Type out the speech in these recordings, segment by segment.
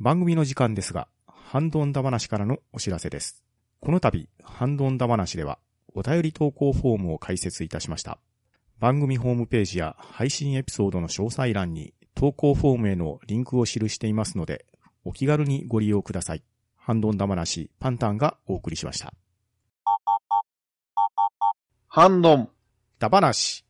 番組の時間ですが、ハンドンダ話からのお知らせです。この度、ハンドンダ話では、お便り投稿フォームを開設いたしました。番組ホームページや配信エピソードの詳細欄に投稿フォームへのリンクを記していますので、お気軽にご利用ください。ハンドンダ話、パンタンがお送りしました。ハンドン。ダ話。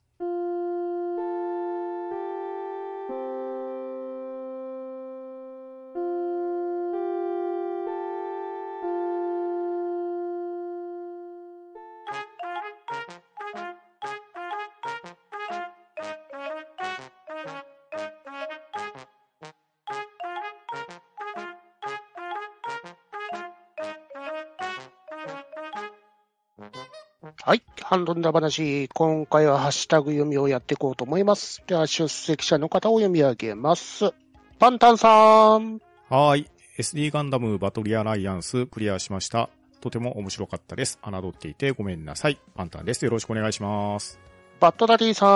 はい。ハンドンダ話。今回はハッシュタグ読みをやっていこうと思います。では、出席者の方を読み上げます。パンタンさん。はーい。SD ガンダムバトリアライアンスクリアしました。とても面白かったです。侮っていてごめんなさい。パンタンです。よろしくお願いします。バットダディさ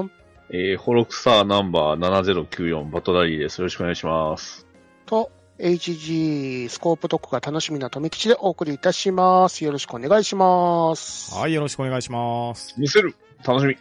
ん。えー、ホロクサーナンバー7094バトラリーです。よろしくお願いします。と、HG スコープ特が楽しみな留吉でお送りいたします。よろしくお願いします。はい。よろしくお願いします。見せる楽しみ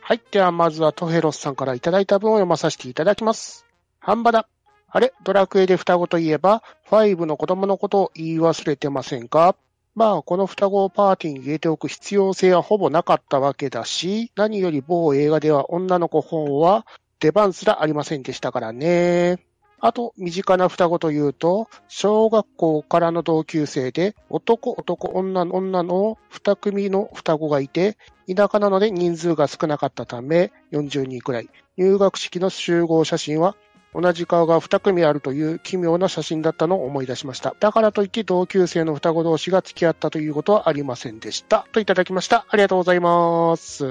はい。では、まずはトヘロスさんからいただいた文を読まさせていただきます。ハンバだ。あれドラクエで双子といえば、ファイブの子供のことを言い忘れてませんかまあ、この双子をパーティーに入れておく必要性はほぼなかったわけだし、何より某映画では女の子本は出番すらありませんでしたからね。あと、身近な双子というと、小学校からの同級生で、男、男、女、女の二組の双子がいて、田舎なので人数が少なかったため40人くらい。入学式の集合写真は同じ顔が2組あるという奇妙な写真だったのを思い出しました。だからといって同級生の双子同士が付き合ったということはありませんでした。といただきました。ありがとうございます。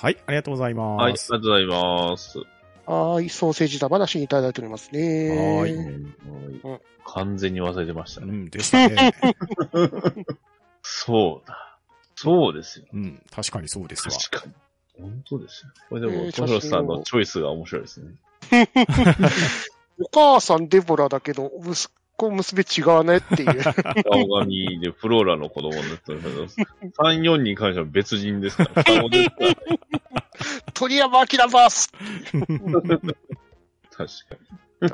はい。ありがとうございます。はい、ありがとうございます。はい、ソーセージだ話にいただいておりますね。はういんうん完全に忘れてましたうね。ん、でしたね。そうだ。そうですよ。うん、確かにそうですわ。確かに。本当ですよ。これでも、えートシロスさん写真のをチョイスが面白いですね。お母さんデボラだけど、息子娘違うねっていう。 青髪でフローラの子供になってます。3、4に関しては別人ですから。双子ですから ね鳥山明バース確かに。確かに。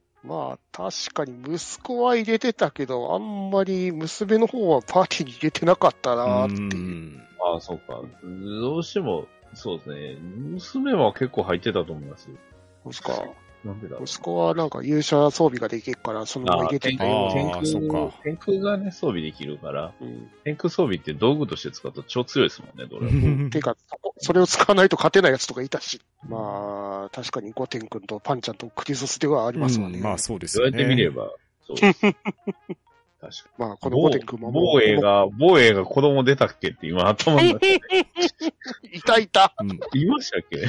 まあ、確かに息子は入れてたけど、あんまり娘の方はパーティーに入れてなかったなうっていう。ん。ああ、そうか。どうしても、そうですね。娘は結構入ってたと思いますよ。息子は、なんでだろう。息子はなんか勇者装備ができるから、そのまま入れて天た空ようあな。ーそうか天空がね、装備できるから、うん天空装備って道具として使うと超強いですもんね、どれも。てか、そこそれを使わないと勝てないやつとかいたし。まあ、確かにゴテン君とパンちゃんとクリソスではありますわね。うんままああ、そうです言わよれね。てみれば、そうです。確 かに。このゴテン君ももう某映画、某映画子供出たっけって今頭になって、 いたいた。うん。いましたっ け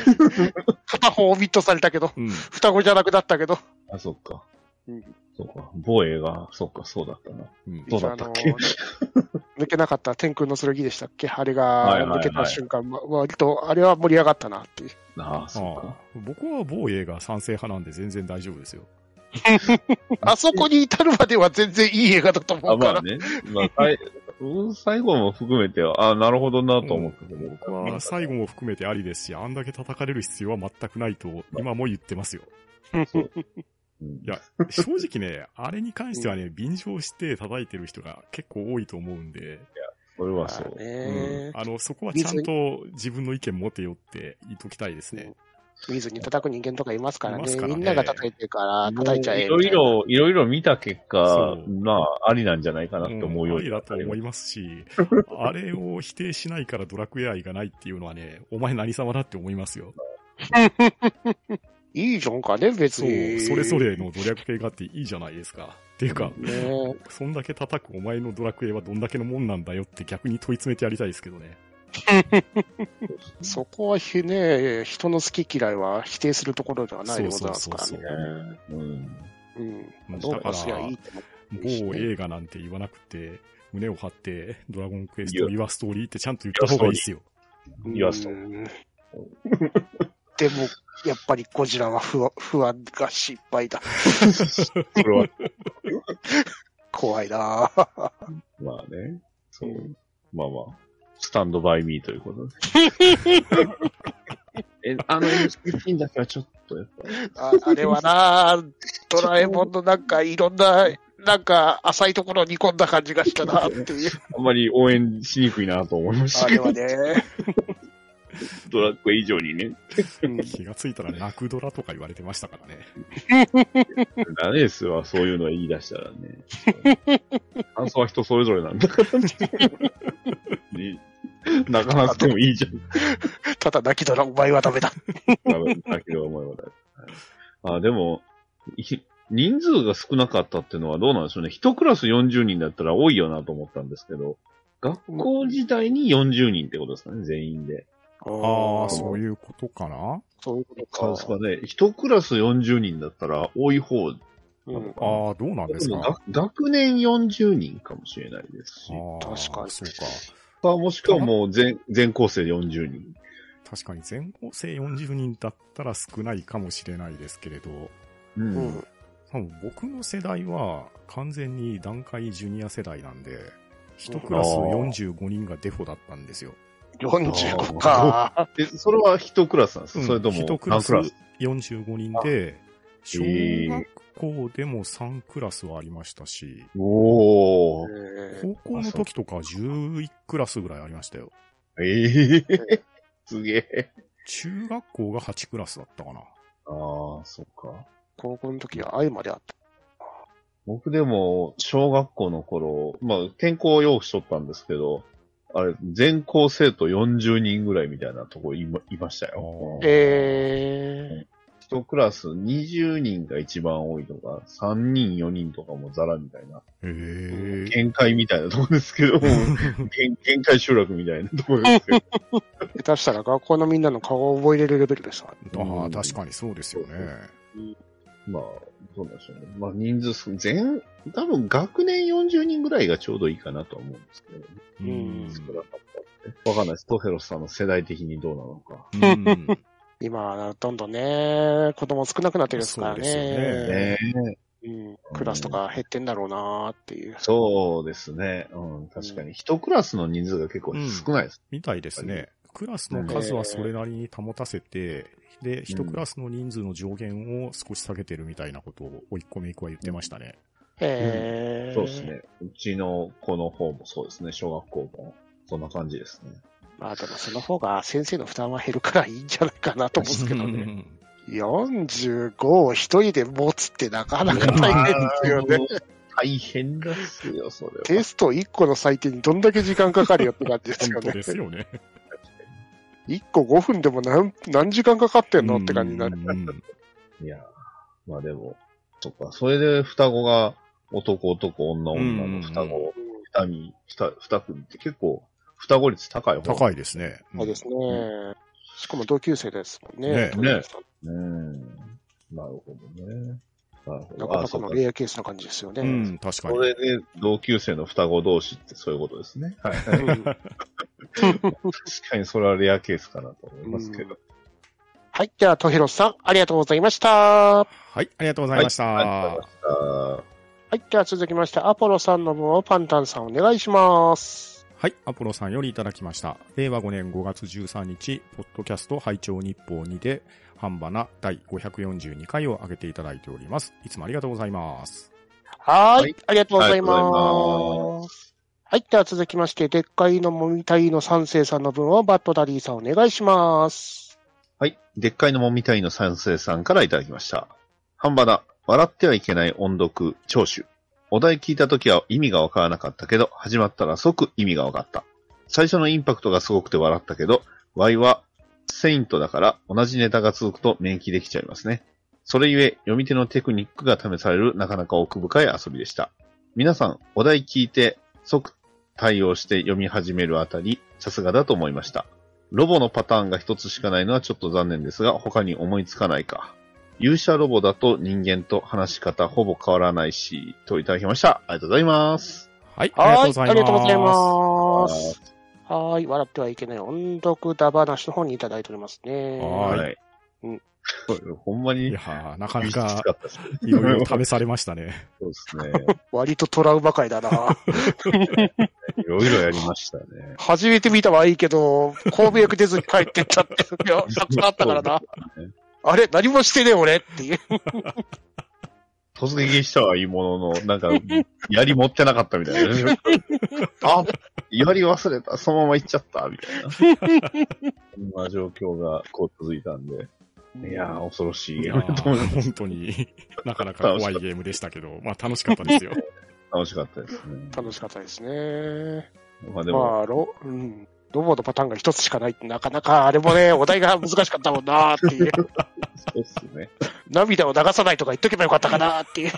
片方オビットされたけど、うん。双子じゃなくなったけど。あ、そっか。うんそっか。某映画、そっか、そうだったな。うんどうだったっけあの抜けなかった天空の剣でしたっけあれはいはいがはい抜けた瞬間、わ割と、あれは盛り上がったなっていう。ああ、そっあかあ。僕は某映画賛成派なんで全然大丈夫ですよ。あそこに至るまでは全然いい映画だと思あ、うかまら。あね。まあ、さいうん最後も含めては、あなるほどなと思ったけど、僕は最後も含めてありですし、あんだけ叩かれる必要は全くないと今も言ってますよ。うんいや、正直ね、あれに関してはね、便乗して叩いてる人が結構多いと思うんで、それはそう。ねあの、そこはちゃんと自分の意見持てよって言っときたいですね。見ずに叩く人間とかいますかいらね。ますからねみんなが叩いてるから、叩いちゃえ。いろいろ、いろいろ見たそ結果う、まあ、ありなんじゃないかなって思うよんうありにだと思います し、あれを否定しないからドラクエ愛がないっていうのはね、お前何様だって思いますよ。いいじゃんかね、別そう、に。それぞれの努力系があっていいじゃないですか。っていうか、ねそんだけ叩くお前のドラクエはどんだけのもんなんだよって逆に問い詰めてやりたいですけどね。そこはひね、人の好き嫌いは否定するところではないでございますからそうねそう。うん。 うんうんどうかすりゃいい某と思映画なんて言わなくて、胸を張って、ドラゴンクエスト、ビワストーリーってちゃんと言った方がいいですよ。う。言わすとうんでも、やっぱりゴジラは不安不安が心配だ。フロア。怖いなぁ。まあね。そう。まあまあ。スタンドバイミーということで。 え、あの MCP だけはちょっとやっぱ。ああれはなぁ、ドラえもんのなんかいろんな、なんか浅いところに込んだ感じがしたなっていう。あんまり応援しにくいなと思いましあたけれど。はね。 ドラッグ以上にね。うん気がついたら泣くドラとか言われてましたからね。ダメですわ、そういうの言い出したらね。感想は人それぞれなんだか らね。に泣かなくてもいいじゃん。ただ泣きドラ、お前はダメだ。ダメだけど思いはないあ、でも、ひ人数が少なかったっていうのはどうなんでしょうね。一クラス40人だったら多いよなと思ったんですけど、学校自体に40人ってことですかね、全員で。ああ、そそういうことかなそういうこそうとですか。かね。一クラス40人だったら多い方なうのんかな。ああ、どうなんでですもかが学年40人かもしれないですしあ。ー確かにそうか。まあもしくはもう全全校生40人。確かに全校生40人だったら少ないかもしれないですけれど、う。うんん。多分僕の世代は完全に段階ジュニア世代なんで、一クラス45人がデフォだったんですよ。 45か。で、それは一クラスなんですか、うんそれとも一クラ何スクラス45人で、小学校でも3クラスはありましたし、おー。えー高校の時とか11クラスぐらいありましたよ。ええ すげえ。中学校が8クラスだったかな。ああ、そっか。高校の時は愛まであっ僕でも、小学校の頃、まあ、転校用しとったんですけど、あれ、全校生徒40人ぐらいみたいなとこいまいましたよあ。た。え一クラス20人が一番多いとか、3人、4人とかもザラみたいな、へえ。限界みたいなとこですけ ど、限限界集落みたいなとこですけど、ー、下手したら学校のみんなの顔を覚えれるレベルですわ。あうあ、ん確かにそうですよね。まあ、どうなんでしょうね。まあ、人数す、全、多分学年40人ぐらいがちょうどいいかなとは思うんですけど、ううん少なかったって。わかんないです。トヘロスさんの世代的にどうなのか。うん今、どんどんね、子供少なくなってるですからそうですよね。ねえうん、クラスとか減ってんだろうなーっていう。そうですね。うん、確かに。一クラスの人数が結構少ないです。みたいですね。クラスの数はそれなりに保たせて、で、一クラスの人数の上限を少し下げてるみたいなことを、追い込み以降は言ってましたね。えー、そうです。ね。うちの子の方もそうですね。小学校も。そんな感じですね。まあでもその方が先生の負担は減るからいいんじゃないかなと思うんですけ どね。45を一人で持つってなかなか大変ですよね。大変ですよ、それは。テスト1個の採点にどんだけ時間かかるよって感じですよ本当ね。ですよね。 1個5分でも何何時間かかってんのって感じになる。うんいやーまあでも、そっか、それで双子が男男女女の双う子、二人、二二組って結構、双子率高い方。高い。いですね。そうですね。しかも同級生ですもんね。ねねうん。なるほどね。なるほなど。かなあ、そかうのか。レアケースな感じですよね。うん、確かそに。れで同級生の双子同士ってそういうことですね。はい。確うんかにそれはレアケースかなと思いますけど。はい。じゃあ、とひろさん、ありがとうございましはた。い、ありがとうございました。はいありがとうございました。はい。では続きまして、アポロさんの分をパンタンさんお願いします。はい、アポロさんよりいただきました。令和5年5月13日、ポッドキャスト拝聴日報にて、ハンバナ第542回を上げていただいております。いつもありがとうございます。はい,、はいありがとうございありがとうございます。はい。では続きまして、でっかいのもみたいの三世さんの分をバットダディさんお願いします。はい。でっかいのもみたいの三世さんからいただきました。半ばだ。笑ってはいけない音読、聴取。お題聞いた時は意味がわからなかったけど、始まったら即意味がわかった。最初のインパクトがすごくて笑ったけど、Y はセイントだから同じネタが続くと免疫できちゃいますね。それゆえ、読み手のテクニックが試されるなかなか奥深い遊びでした。皆さん、お題聞いて即対応して読み始めるあたり、さすがだと思いました。ロボのパターンが一つしかないのはちょっと残念ですが、他に思いつかないか。勇者ロボだと人間と話し方ほぼ変わらないし、といただきました。ありがとうございます。はい、ありがはとい。うございます。ありがとうございまはす。はい。笑ってはいけない音読だ話の方にいただいておりますね。はいい。ほんまいに、やー、なかなきつかかったですね。いろいろ試されましたね。そうですね。割とトラウマ界だな。いろいろやりましたね。初めて見たはいいけど、神戸く出ずに帰ってったって、いや、たくさんあったからなそうです。あれ何もしてねえ俺っていう。突撃したはいいものの、なんか、槍持ってなかったみたいな。 あ、槍忘れた。そのまま行っちゃった。みたいな。そんな状況がこう続いたんで。いやー、恐ろし いいゲやームだと思いますー本当に なかなか怖いゲームでしたけど、まあ楽しかったですよ。楽しかったですね。楽しかったですね。まあでも、まあ、ロ、うん。ロボのパターンが一つしかないって、なかなか、あれ もね、お題が難しかったもんなーっていう。そうっすね。涙を流さないとか言っとけばよかったかなーっていう。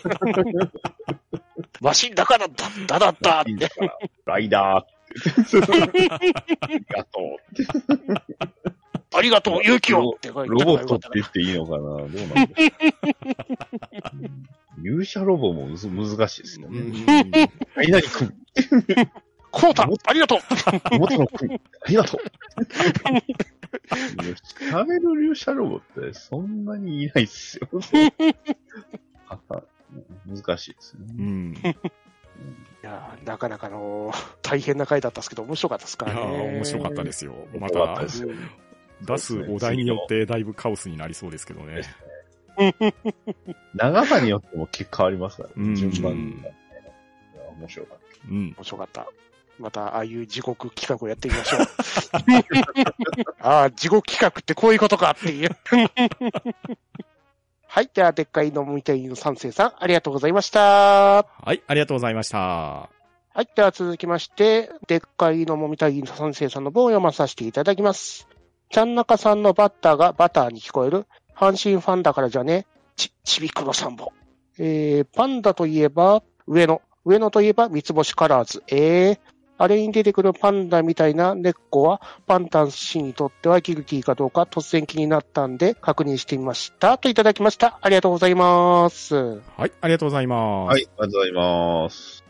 マシンだからだ、だだったーいいっんだて。からライダーって。ありがとう。ありがとう、勇気をってロボットって言っていいのかなどうなんだろう勇者ロボもむず難しいですよ うね。ん何々くん、こうたありがとう元のくん、ありがとう。喋る勇者ロボってそんなにいないっすよ。あった難しいですう ね。ん、いいやーなかなかの大変な回だったんですけど、面白かったですかやらね。。ー面白かったですすよ。まよかったたで、すよ。出すお題によってだいぶカオスになりそうですけど ね。長さによっても結果ありますからうんね、順番がね。いや面白かった。うん。面白かった。また、ああいう地獄企画をやってみまし ょう。ああ、地獄企画ってこういうことかっていう。はい。じゃあ、でっかいのみたいの三世さん、ありがとうございました。はい、ありがとうございました。はい。では続きまして、でっかいのもみたいの三世さんの文を読まさせていただきます。ちゃんなかさんのバッターがバターに聞こえる、阪神ファンだからじゃね、ち、ちびくろさんも。えー、パンダといえば、上野。上野といえば、三つ星カラーズ。えー、あれに出てくるパンダみたいな根っこは、パンタン氏にとってはギルティかどうか突然気になったんで、確認してみました。といただきました。ありがとうございます。はい、ありがとうございます。はい、ありがとうございます。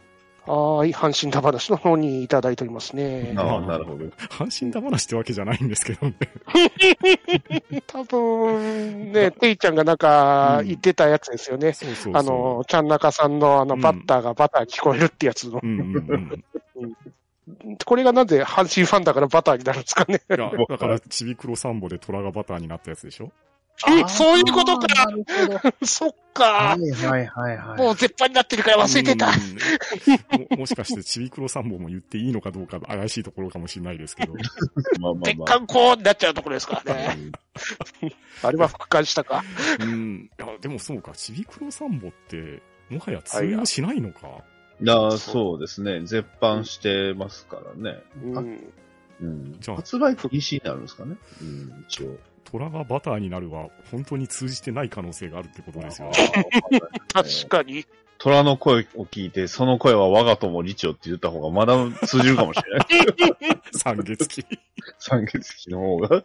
はーい。阪神田話の方にいただいておりますね。ああ、なるほど。阪神だ話ってわけじゃないんですけどね。多分ね、ていちゃんがなんかうん言ってたやつですよ ね。そうそうそう。あの、ちゃんなかさんのあの、うんバッターがバター聞こえるってやつの。うんうんうん。これがなぜ阪神ファンだからバターになるんですかね。 いや、 だから、ちびくろサンボで虎がバターになったやつでしょうん そういうことかあーなるほどそっか。いはいはいはもう絶版になってるから忘れてうた。んもも しかして、ちびくろサンボも言っていいのかどうか怪しいところかもしれないです けど。まあま鉄あ管こうになっちゃうところですかまらあね。。 あれは復刊したか。うん。いや、でもそうか、ちびくろサンボって、もはや通用しないのか。なあそうですね。絶版してますからね。うん。うんじゃあ発売禁止になるんですかね。うん、一応。虎がバターになるは、本当に通じてない可能性があるってことですよ。確かに。 虎の声を聞いて、その声は我が友理長って言った方がまだ通じるかもし れない。 三月期。三月期の方が。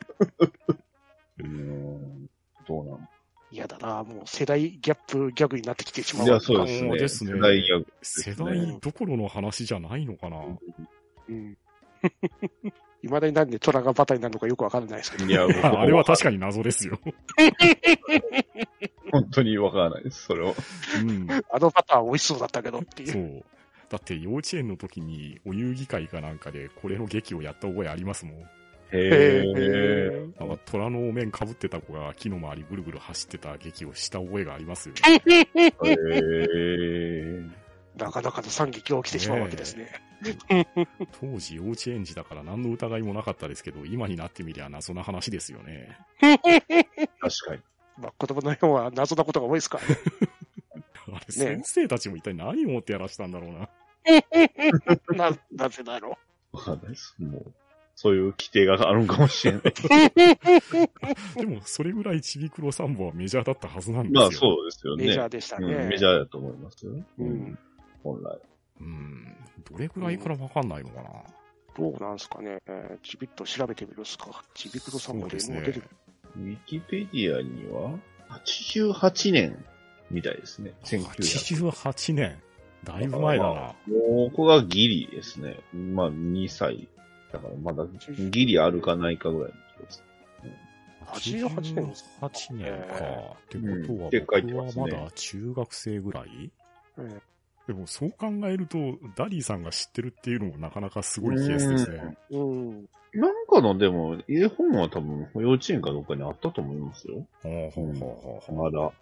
うん、どうなの嫌だな。もう世代ギャップギャグになってきてしまう。いや、そうですそうね。ですね世代ギャグ世代どころの話じゃないのかな。うん。 いまだになんで虎がバターになるのかよくわからないですけど。いや、僕もあれは確かに謎ですよ。本当にわからないです、それを。うん。あのバター美味しそうだったけどっていうそ。う。だって幼稚園の時にお遊戯会かなんかでこれの劇をやった覚えありますもん。へへえ。なんか虎のお面被ってた子が木の周りぐるぐる走ってた劇をした覚えがありますよ、ね。へえ。なかなかの惨劇が起きてしまうわけですね。当時幼稚園児だから何の疑いもなかったですけど、今になってみりゃ謎な話ですよ ね。確かに。まあ、子供の世は謎なことが多いですからね。あれ、先生たちも一体何を持ってやらしたんだろう な。な、なぜだろわかんないです。もう、そういう規定があるんかもしれない。でも、それぐらいちびくろサンボはメジャーだったはずなんですよ。まあそうですよう。ね。メジャーでしたね。うん、メジャーだと思いますよ。うん。本来。うん。どれぐらいからわかんないのかな。どうなんですかね。えーちびっと調べてみますか。ちびくろさんもでそうもう出てくる。ウィキペディアには、88年みたいですね。1900。 88年。だいぶ前だな。ここがギリですね。まあ、2歳。だからまだギリあるかないかぐらいのとこです。 88年ですか88年か。ってことえは、うんって書いて僕まはすねまだ中学生ぐらいうんでもそう考えると、ダリーさんが知ってるっていうのもなかなかすごいケースですね。うん。なんかの、でも、絵本は多分、幼稚園かどっかにあったと思いますよ。ほうほうほうほうまだ、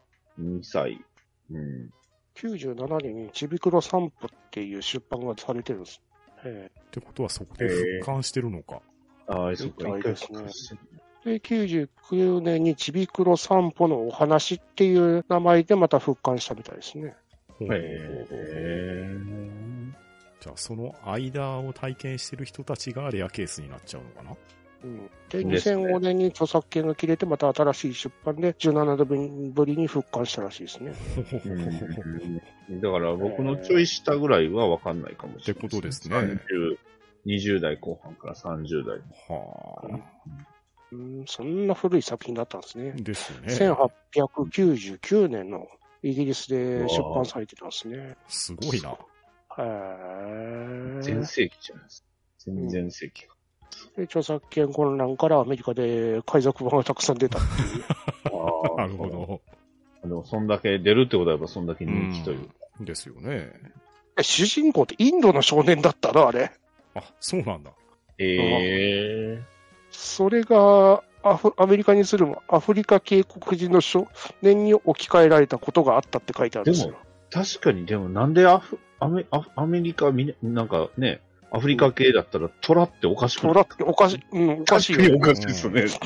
2歳。うん。 97年にちびくろ散歩っていう出版がされてるんです。えってことはそこで復刊してるのか。ああ、そっか、みた一い回復ですね活してるえで、99年にちびくろ散歩のお話っていう名前でまた復刊したみたいですね。ほうほうほうほうへじゃあその間を体験してる人たちがレアケースになっちゃうのかなうん、で、ですね2005年に著作権が切れて、また新しい出版で17年ぶりに復刊したらしいですね。え。うんだから、僕のちょい下ぐらいは分かんないかもしれない、ってことですね30。20代後半から30代。はうん、そんな古い作品だったんですねあ。。ですね。 1899年のイギリスで出版されてたんですね。すごいな。へ全ー盛期じゃないですか。全然世紀か。で著作権混乱からアメリカで海賊版がたくさん出た。あ ーなるほでも、そんだけ出るってことは、やっぱそんだけ人気という。ど。ですよね。え主人公ってインドの少年だったな、あれ。あ、そうなんだ。ええそれがアフアメリカにするもアフリカ系黒人の少年に置き換えられたことがあったって書いてあるんですよ。確かに、でも、なんでアフアメアフアメリカみな、なんかね、アフリカ系だったら、トラっておかしくトラっておかしい、うん、おおかかししい いよ。よ。おかしいですよね。そう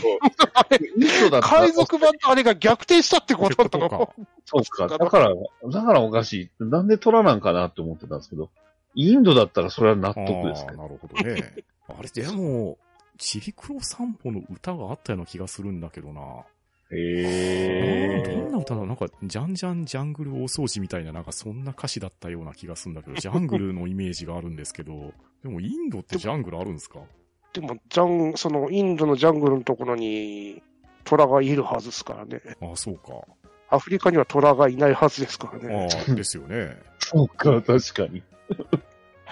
あれインドだったら海賊版とあれが逆転したってことってなこのとか。そうか。だから、だからおかしい。なんで虎なんかなって思ってたんですけど、インドだったらそれは納ああ得ですけーど。なるほど ね。あれ、でも、ちびくろ散歩の歌があったような気がするんだけどな。へどんーな歌だなんか、ジャンジャンジャングル大掃除みたいな、なんかそんな歌詞だったような気がするんだけど、ジャングルのイメージがあるんですけど、 でもインドってジャングルあるんですかでも、ジャン、その、インドのジャングルのところに、虎がいるはずですからね。ああ、そうか。アフリカには虎がいないはずですからね。ああ、ですよね。そうか、確かに。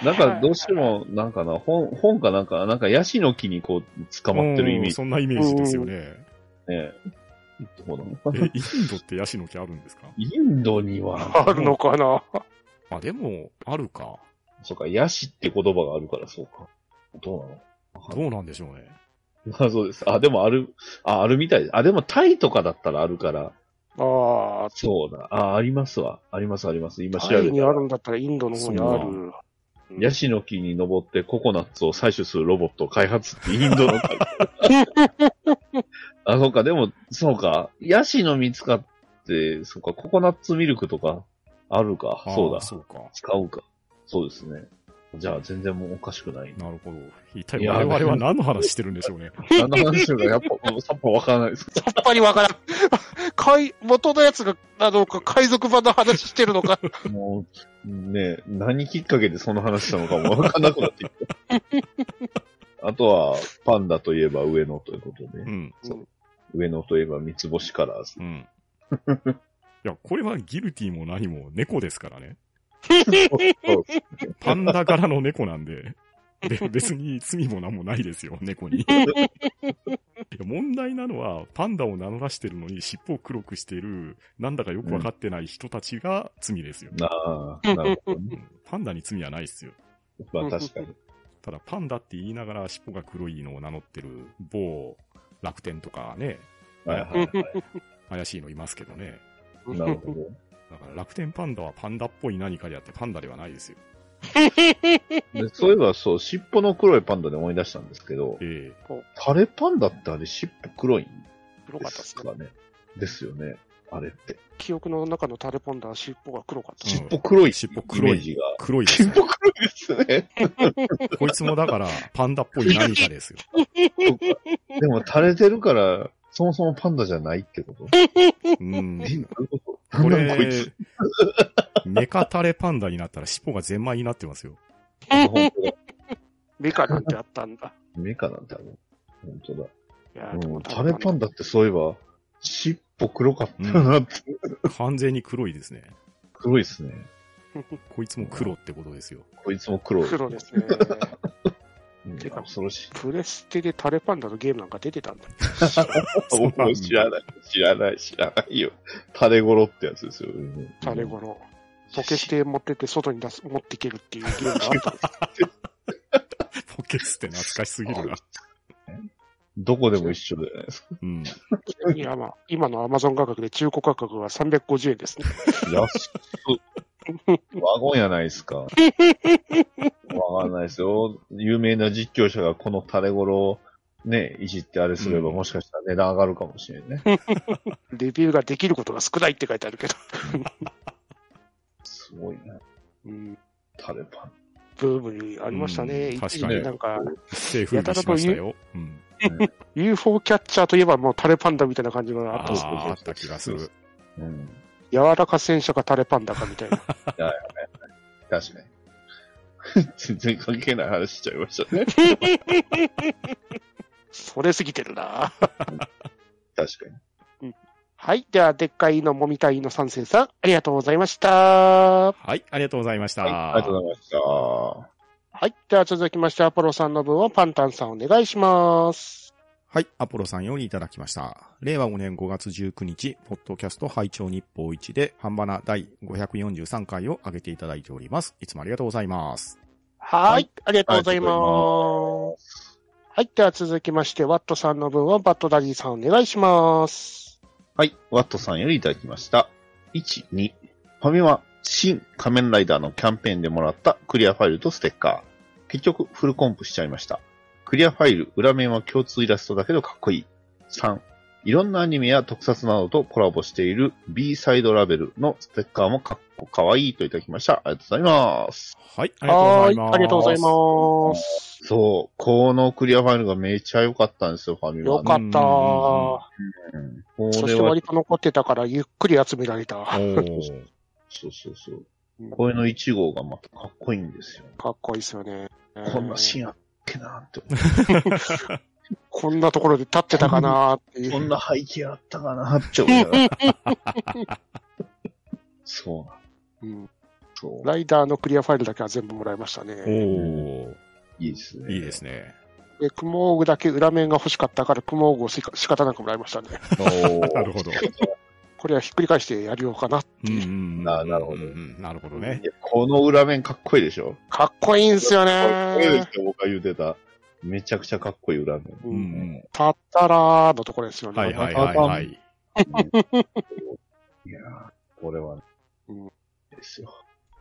なんか、どうしても、なんかな、本、本かなんか、なんか、ヤシの木にこう、捕まってるイうメんージそんなイメージです よね。ね。どうなのかえ、なインドってヤシの木あるんですかインドには、あるのかなあ、でも、あるか。そうか、ヤシって言葉があるから、そうか。どうなのどうなんでしょうね。 まあそうです。あ、でもある、あ、あるみたい。あ、でもタイとかだったらあるから、ああ、そうだ。あ、ありますわ。あります、あります。今調タイべにて。あるんだったらインドの方にある。うんヤシの木に登ってココナッツを採取するロボットを開発ってインドの。あ、そうか、でも、そうか。ヤシの実使って、そうか、ココナッツミルクとかあるか。ああそうだ。そうか。使うか。そうですね。じゃあ全然もうおかし くない。なるほど。一体いや我々は何の話してるんでしょうね。何の話してるかやっぱ、もうさっぱわからないです。さっぱりわからん。 海、元のやつが、あの、海賊版の話してるのか。もう、ね何きっかけでその話したのかもわかんなくなってきた。あとは、パンダといえば上野ということうで、ん。上野といえば三つ星カラーズう。 ん。いや、これはギルティも何も猫ですからね。そうパンダ柄の猫なんで。で、別に罪も何もないですよ、猫 に。いや問題なのは、パンダを名乗らしてるのに尻尾を黒くしてる、なんだかよくわかってない人たちが罪ですよ。なあ、なるほどね。うんパンダに罪はないですよ。まあ確かに。ただ、パンダって言いながら尻尾が黒いのを名乗ってる某楽天とかね、はいはいはい。怪しいのいますけどね。 なるほど。だから楽天パンダはパンダっぽい何かであってパンダではないですよ。でそういえばそう、尻尾の黒いパンダで思い出したんですけど、 えタレパンダってあれ尻尾黒いん黒でかったですすね。かね。ですよね。あれって。記憶の中のタレポンダは尻尾が黒かった。尻尾黒い。尻尾黒いイメージが。え黒いです尻よ尾。黒いですね。こいつもだからパンダっぽい何かです よ。でも垂れてるから、そもそもパンダじゃないってことうん。え、どういうことこなんだこいれつ。、メカタレパンダになったら尻尾がゼンマイになってますよ。本当だメカなんてあったんだ。目かなんてある。本当だ。いやーでうもん、タレパンダってそういえば、尻尾黒かったうん なって。完全に黒いですね。黒いですね。こいつも黒ってことですよ。こいつも黒い。黒ですね。うんうんてか恐ろしい。プレステでタレパンダのゲームなんか出てたんだ。そう僕も知らない、知らない、知らないよ。タレゴロってやつですよ。うんタレ。頃。ポケステ持ってって外に出す、持っていけるっていうゲームがあったんです。ポケスって懐かしすぎるな。どこでも一緒じゃないですか。うん。いや、まあ、今のアマゾン価格で中古価格は350円ですね。安く。ワゴンやないですか。わかんないですよ。有名な実況者がこのタレゴロをね、いじってあれすれば、うんもしかしたら値段上がるかもしれんね。レビューができることが少ないって書いてあるけど。すごいな。うん、タレパン。ブームにありましたね。うん一時になんか、セーフにしましたよ。うん。 UFO キャッチャーといえばもうタレパンダみたいな感じがあったあんですけど、あ、あった気がする。うん。柔らか戦車かタレパンダかみたいな。確かに。全然関係ない話しちゃいましたね。それすぎてるな。確かに。はい。では、でっかいのもみたいの三世さん、ありがとうございましはた。い、ありがとうございました。はい、ありがとうございました。はい。では、続きまして、アポロさんの分をパンタンさんお願いします。はい、アポロさんよりいただきました。令和5年5月19日、ポッドキャスト拝聴日報1で、半ばな第543回を上げていただいております。いつもありがとうございます。はい。はいありがとうございま。ありがとうございますはい。では、続きまして、ワットさんの分をバットダディさんお願いします。はい、ワットさんよりいただきました。1、2。ファミマ、新仮面ライダーのキャンペーンでもらったクリアファイルとステッカー。結局、フルコンプしちゃいました。クリアファイル、裏面は共通イラストだけどかっこいい。3、いろんなアニメや特撮などとコラボしている B サイドラベルのステッカーもかっこかわいいといただきました。ありがとうございます。はい、ありがとうござはいい。ます。ありがとうございます。そう、このクリアファイルがめちゃ良かったんですよ、ファミマ、ね。よかっうんた。うんこそれしては割と残ってたから、ゆっくり集められた。おーそうそうそう。かこれの1号がまたかっこいいんですよ。っこいいですよね。こんなシーンあっけなーって思。こんなところで立ってたかなーっていうこんう。な背景あったかなーって思いながら。そうなんうんそう。ライダーのクリアファイルだけは全部もらいましたね。おーいいですね。いいですね。で、クモーグだけ裏面が欲しかったから、クモーグをしか仕方なくもらいましたね。おーなるほど。これはひっくり返してやりようかな。うんうんうんななるほどうんうんなるほどねい。やこの裏面かっこいいでしょかっこいいんすよかっこいいですね。よ、僕が言うてた。めちゃくちゃかっこいい裏面。ううんんたったらーのところですようんね。はいはいはいはい。いやーこれはね、うんですよ。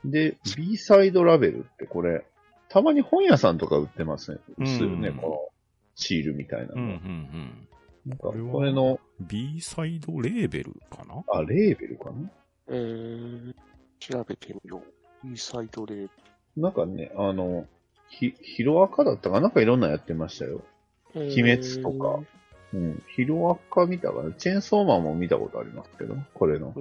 で、B サイドラベルってこれ、たまに本屋さんとか売ってますね。うんするね、このシールみたいなうんうんうの。ん。なんかこれはこれの、 B サイドレーベルかなあ、レーベルかなえー、調べてみよう。いいサイトで。なんかね、あの、ひ、ヒロアカだったかななんかいろんなのやってましたよ。鬼鬼滅とか。うん。ヒロアカ見たかなチェーンソーマンも見たことありますけど、これの。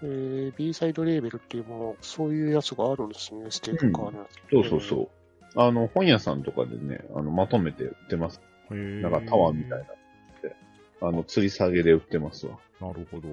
えー、B サイドレーベルっていうもの、そういうやつがあるんですね、ステッカーのやつ。そうそうそう。あの、本屋さんとかでね、あの、まとめて売ってます。ななんかタワーみたいなのって。あの、吊り下げで売ってますわ。なるほど。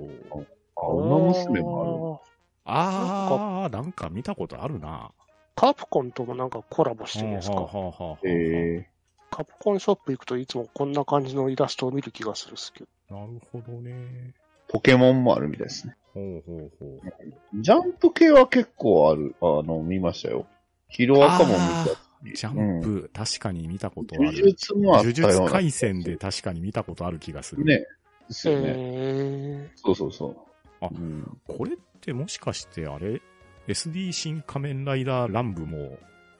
あ、馬娘もある。あー、なんか見たことあるな。カプコンともなんかコラボしてるんですはあかは。あはあはあある。へカプコンショップ行くといつもこんな感じのイラストを見る気がするんですけど。なるほどね。ーポケモンもあるみたいですね。ほうほうほう。ジャンプ系は結構ある。あの、見ましたよ。ヒロアカも見あた。ージャンプ、確かに見たことあ呪る。術もあった呪よう術な。回戦で確かに見たことある気がする。ね。ですよね。えそうそうそう。あうんこれってもしかしてあれ ?SD 新仮面ライダー乱舞も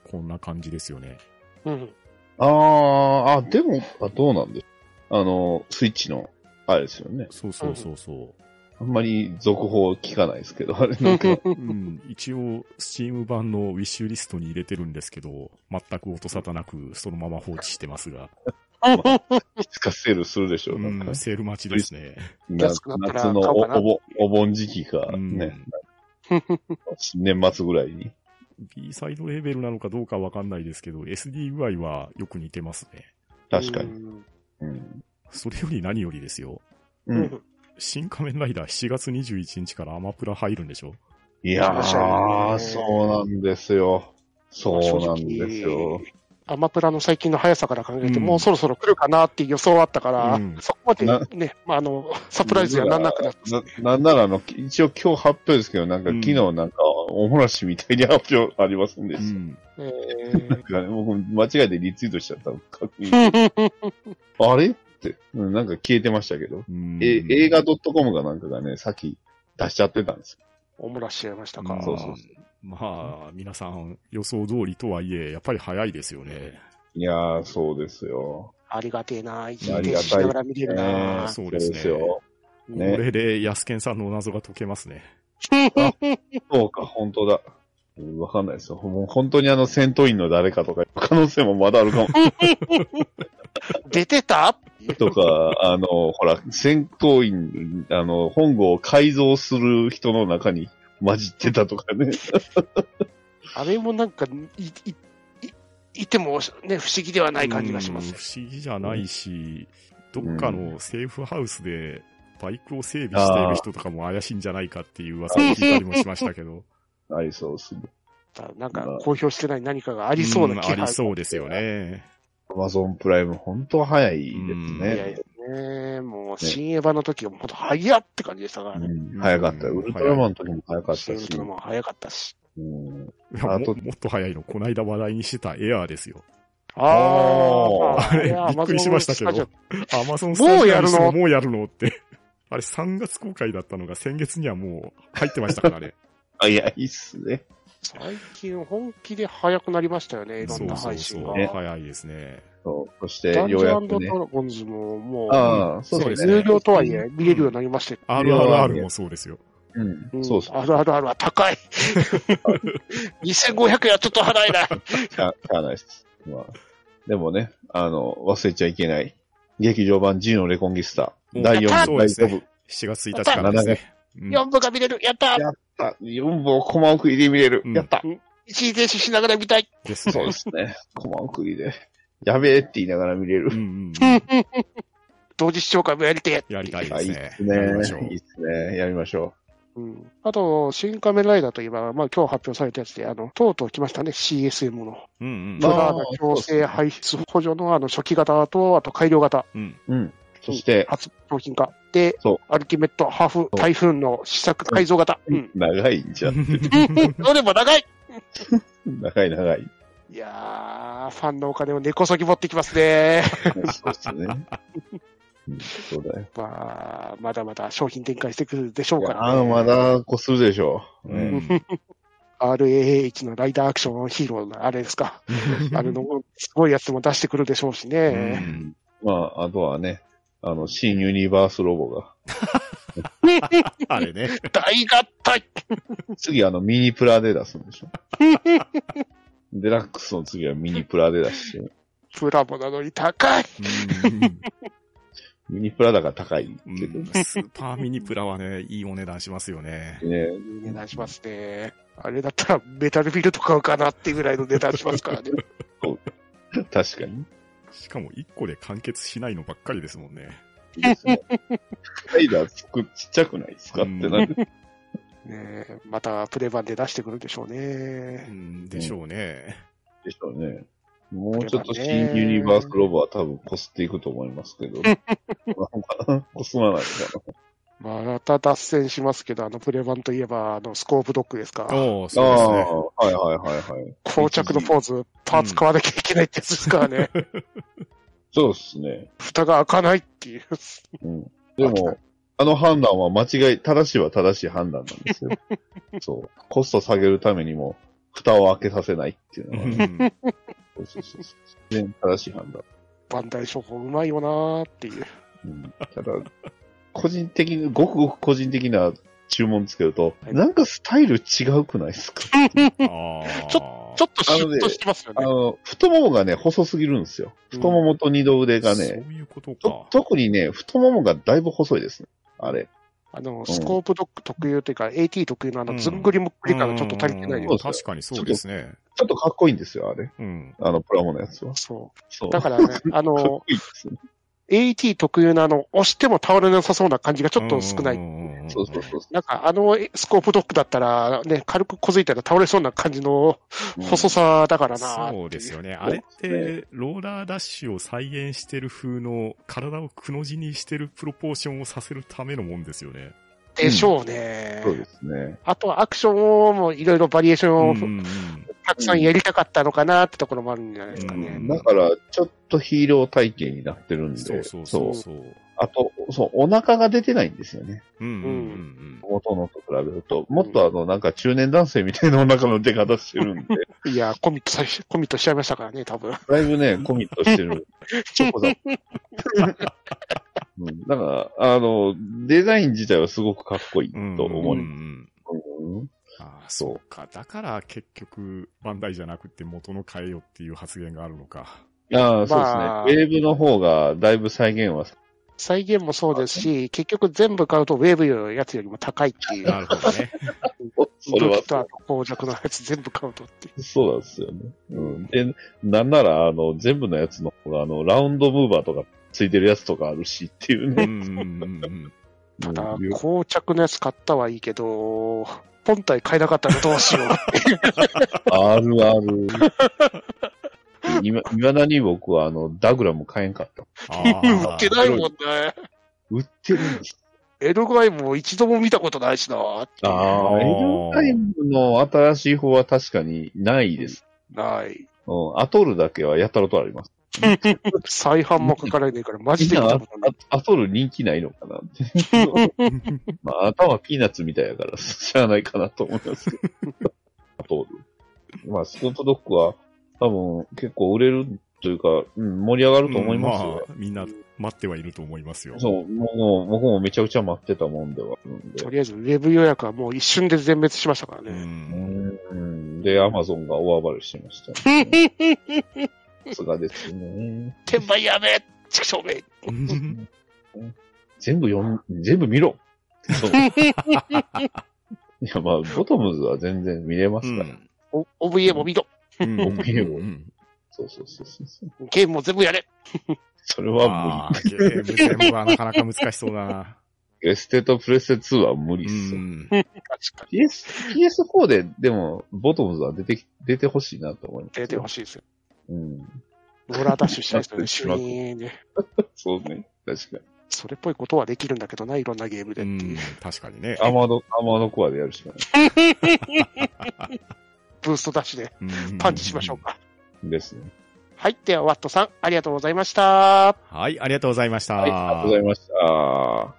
こんな感じですよね。ー、うん。あーあ、でも、あどうなんですあの、スイッチの、あれですよね。そうそうそうそう。あんまり続報聞かないですけど、あれなん か。うん、一応、スチーム版のウィッシュリストに入れてるんですけど、全く音沙汰なく、そのまま放置してますが、いつかセールするでしょうう、なんかん、。セール待ちですね。な安くなった夏らの買おうかなお盆お盆時期か、うんね、年末ぐらいに。 B サイドレベルなのかどうかわかんないですけど、SD 具合はよく似てますね。確かうに。んうん。それより何よりですよ。うん新仮面ライダー7月21日からアマプラ入るんでしょいやそうでしょー、そうねうなんですよ。そうなんですよ。。アマプラの最近の速さから考えて、うんもうそろそろ来るかなっていう予想はあったから、うんそこまでなね、まあ、あの、サプライズにはなんなくなった。な、なんならあの、一応今日発表ですけど、なんかうん昨日なんか、お話みたいに発表ありませんでうした。ん。え なんかね、僕間違えてリツイートしちゃった。確認ー あれって、うんなんか消えてましたけど。うんえ、映画 .com がなんかがね、さっき出しちゃってたんですよ。おもらしちゃいましたまあ。かそうそうそまあ、皆さん予想通りとはいえ、やっぱり早いですよね。いやー、そうですよ。ありがてえな、一あ時りが停止たいしながら見れるねな。えそうですねよ。ねこれで、安健さんのお謎が解けますね。そうか、本当だ。うんわかんないですよ。もう本当にあの戦闘員の誰かとか、可能性もまだあるかも。出てたとか、あの、ほら、戦闘員、あの、本郷を改造する人の中に混じってたとかね。あれもなんか、い、い、いいてもね、不思議ではない感じがしますうん。不思議じゃないし、どっかのセーフハウスでバイクを整備している人とかも怪しいんじゃないかっていう噂を聞いたりもしましたけど。ありそうですね。なんか、公表してない何かがありそうな気んあ配りそうですよね。アマゾンプライム、本当早いですいやいね。やね、もう、新エヴァの時はもっと早っって感じでしたからね。うん早かったよ。ウルトラマンの時も早かったシしン。グルも早かったし。うんいやあもともっと早いの、こないだ話題にしてたエアーですよ。あーあれ、びっくりしましたけど。アマゾンスタジアムにしてももうやるのって。あれ、3月公開だったのが先月にはもう入ってましたからね。 あ、いや、いいっすね。最近本気で早くなりましたよね、いろそんうなそ配う信そう。が。早いですね。そうそして、ダよンうジョやンくドねラ。ゴンズももああ、そううでですすう、ねね。有料とはいえ見れるようになりましたよ。 RRR もそうですよ。うんん、そうそう。あるあるあるは 高い。2500円はちょっと払えない。しゃしゃあないです。まあ、でもね、あの、忘れちゃいけない。劇場版 G のレコンギスタ。うん第4やっーた部、第そう5です部。 7月1日からですね。うん4部が見れる。やったやあ、4部をコマ送りで見れる。うんやった。一時停止しながら見たい。ですねそうです ね。コマ送りで。やべえって言いながら見れるうん。うんうん。同時視聴会もやりてえ。やりたいであいすいっねす。やりましょうね。いいっすね。やりましょうん、あと、新仮面ライダーといえば、まあ今日発表されたやつで、あの、とうとう来ましたね、CSM の。うんうんプまあラーダ強制排出補助のあの初期型と、あと改良型、うん。う。うん。そして、初商品化。でそう、アルティメットハーフ台風の試作改造型。うん。長いんじゃん。どれも長い長い長い。いやー、ファンのお金を根こそぎ持ってきますね。 そうですね。うんそうだよ。まあ、まだまだ商品展開してくるでしょういかやら、あね。の、まだこするでしょう。うねん RAH のライダーアクションヒーローのあれですか。 あれの、すごいやつも出してくるでしょうしうね。んまあ、あとはね、あの、新ユニバースロボが。あれね。大合体次、あの、ミニプラで出すんでし ょデラックスの次はミニプラで出して、プラモなのに高い ミニプラだから高いうんけど、うんスーパーミニプラはね、いいお値段しますよね。ね。いい値段しますね。あれだったらメタルビルと買うかなってぐらいの値段します からね。確かに。しかも1個で完結しないのばっかりですもんね。いいですね。ライダーつく、ちっちゃくないですかってなる。ねえまたプレ版で出してくるんでしょううね。んでしょうね。でしょうね。もうちょっと新ユニバースロボは多分こすっていくと思います けど。こすまないかまた脱線しますけど、あのプレ版といえば、あのスコープドッグですか。おーそうな。ですね。ああ、はいはいはいはい。膠着のポーズ、パーツ買わなきゃいけないってやつですからね。そうですね。 蓋が開かないっていう。うん。でも、あの判断は間違い、正しいは正しい判断なんです よ。そう。コスト下げるためにも、蓋を開けさせないっていうのは、ね、うんそうそうそうそう。全然正しい判断。バンダイ商法うまいよなーっていう。うん、ただ、個人的に、ごくごく個人的な注文つけると、はいなんかスタイル違うくないですか あーちょっとシュッとしてますよあね。の、太ももがね、細すぎるんですよ。うん太ももと二度腕がそうね、いうこととか。特にね、太ももがだいぶ細いですね。あれ。あの、スコープドッグ特有というか、AT 特有のあの、ずんぐりむっくり感がちょっと足りてないうんよ。うん確かにそうですね。ちょっとかっこいいんですよ、あれ。うん。あの、プラモのやつは。そ。そうう。、だからねあかっのこ、いいですね。 AT 特有のあの、押しても倒れなさそうな感じがちょっと少ない。いそうそうそう。なんかあのスコープドックだったら、ね、軽く小づいたら倒れそうな感じの細さだからな、そうですよね。ね。あれって、ローラーダッシュを再現してる風の、体をくの字にしてるプロポーションをさせるためのもんですよね。でしょうね。そうですね。あとはアクションをもういろいろバリエーションうんうをんうんたくさんやりたかったのかなってところもあるんじゃないですかうね。んだから、ちょっとヒーロー体型になってるんで、そうそうそうそそうう。あと、そう、お腹が出てないんですよね。うんうんうん元のと比べると。もっとあの、なんか中年男性みたいなお腹の出方してるんで、いや、コミットさし、コミットしちゃいましたからね、多分。だいぶね、コミットしてる。 チョコだ。うん、だから、あの、デザイン自体はすごくかっこいいうん。と思いうんうまんす。うんああ、そうか。だから結局、バンダイじゃなくて元の変えよっていう発言があるのか。ああ、そうですね。まあウェーブの方がだいぶ再現は、再現もそうですし、結局全部買うとウェーブのやつよりも高いっていう。なるほどね。それは武器とあと工弱のやつ全部買うとっていう。そうなんですよね。うん。で、なんなら、あの、全部のやつの方が、あの、ラウンドムーバーとかついてるやつとかあるしっていう うんね。うんうんうん。ただうんい、う膠着のやつ買ったはいいけど、本体買えなかったらどうしよう。あるある。今、いまだに僕は、あの、ダグラム買えんかった。あ売っあてないもんね。売ってるんです。エルガイも一度も見たことないしな。ああ、エルタイムの新しい方は確かにないです。ない。うん、アトルだけはやたらとあります。再販もかからねえから、マみジんで見なたあことない。アトル人気ないの かなって。まあ、頭ピーナッツみたいやから、しゃあないかなと思いますけど。アトル。まあ、スコートドッグは多分結構売れるというか、うん、盛り上がると思いますよ。うんあみんな待ってはいると思いますよ。そう、もう、僕もめちゃくちゃ待ってたもんではあるんでと。りあえず、ウェブ予約はもう一瞬で全滅しましたからうね。ん。うん。で、アマゾンが大暴れしてました。 さすがですね。転売やべえ畜生め全部読ん、全部見ろ そういや、まあ、ボトムズは全然見れますから。お !OVA も見ろうん僕ゲームうんそうそうそうそう。ゲームも全部やれそれあはあ無理。ゲーム全部はなかなか難しそうだ な。エステとプレステ2は無理うっすよ。ん。確かに。 PS、PS4 で、でも、ボトムズは出てき、出てほしいなと思います。出てほしいですよ。うん。 ローラーダッシュしたいですよね、主任で。そうね。確かに。それっぽいことはできるんだけどな、いろんなゲームでうってんいう。確かにね。アーマード、アーマードコアでやるしかない。ブーストダッシュでうんパンチしましょう。か。ですね。はい。では、ワットさん、ありがとうございました。はい、ありがとうございました。はい、ありがとうございました。は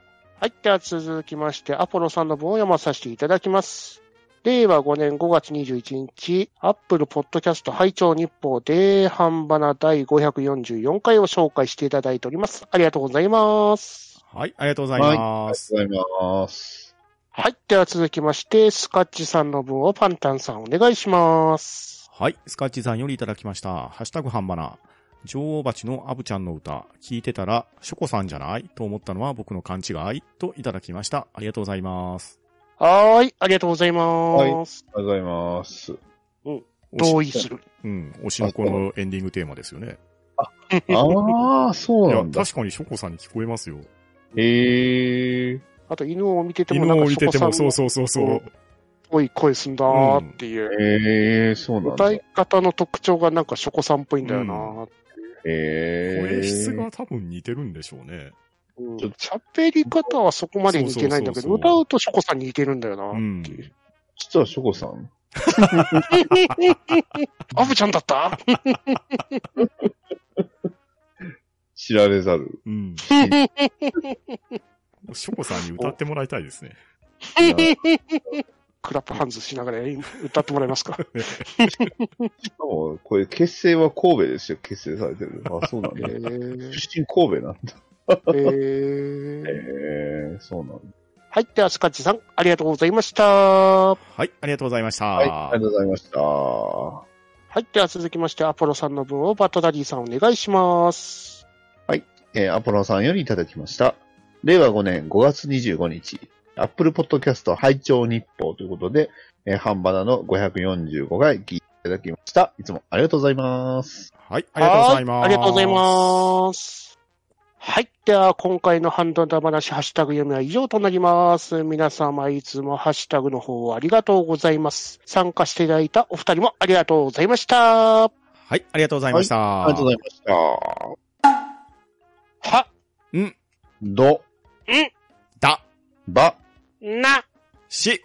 い。では続きまして、アポロさんの文を読まさせていただきます。令和5年5月21日、アップルポッドキャスト拝聴日報で、半ばな第544回を紹介していただいております。ありがとうございます。はい、ありがとうございあまりす。がとうございます。はい。では続きまして、スカッチさんの文をパンタンさんお願いします。はい、スカッチさんよりいただきました。ハッシュタグ半ばな。女王蜂のアブちゃんの歌、聞いてたら、ショコさんじゃないと思ったのは僕の勘違いといただきました。ありがとうございます。はーい。ありがとうございます。ありがとうござ います。同意する。うん、推しの子のエンディングテーマですよね。ああ、そいうやな、んだ。確かにショコさんに聞こえますよ。へえ。あと、犬を見てても犬なんをか置いてても、ショそうコさんそうそうそう。っぽい声すんだーっていへう。え、そうなんだ。歌へい方の特徴がなんかショコさんっぽいんだよなーってえ声。質が多分似てるんでしょうね。うんちょっと喋り方はそこまで似てないんだそけうそうそうど、そう歌うとショコさんに似てるんだよな。うん。実はショコさん。アブちゃんだった知られざる。うん。ショコさんに歌ってもらいたいですね。いやクラップハンズしながら歌ってもらえますかしかも、これ、結成は神戸ですよ、結成されて る。あ、そうなん えだ。出ー、身神戸なんだ。えー、へえ、そうなんだ。はい、ではスカッチさん、ありがとうございました。は、はい、ありがとうございました。はい、ありがとうございました。はいでは続きまして、アポロさんの分をバットダディさんお願いします。い。えーアポロさんよりいただきました。令和5年5月25日、アップルポッドキャスト拝聴日報ということで、えー、半ばなの545回聞いていただきました。いつもありがとうございます。はい、ありがとうございます。はありがとうございます。はい。では、今回のハンドンダ話、ハッシュタグ読みは以上となります。皆様、いつもハッシュタグの方ありがとうございます。参加していただいたお二人もありがとうございました。はい、ありがとうございました。ありがとうございました。は、ど、ん、だ、ば、な、し、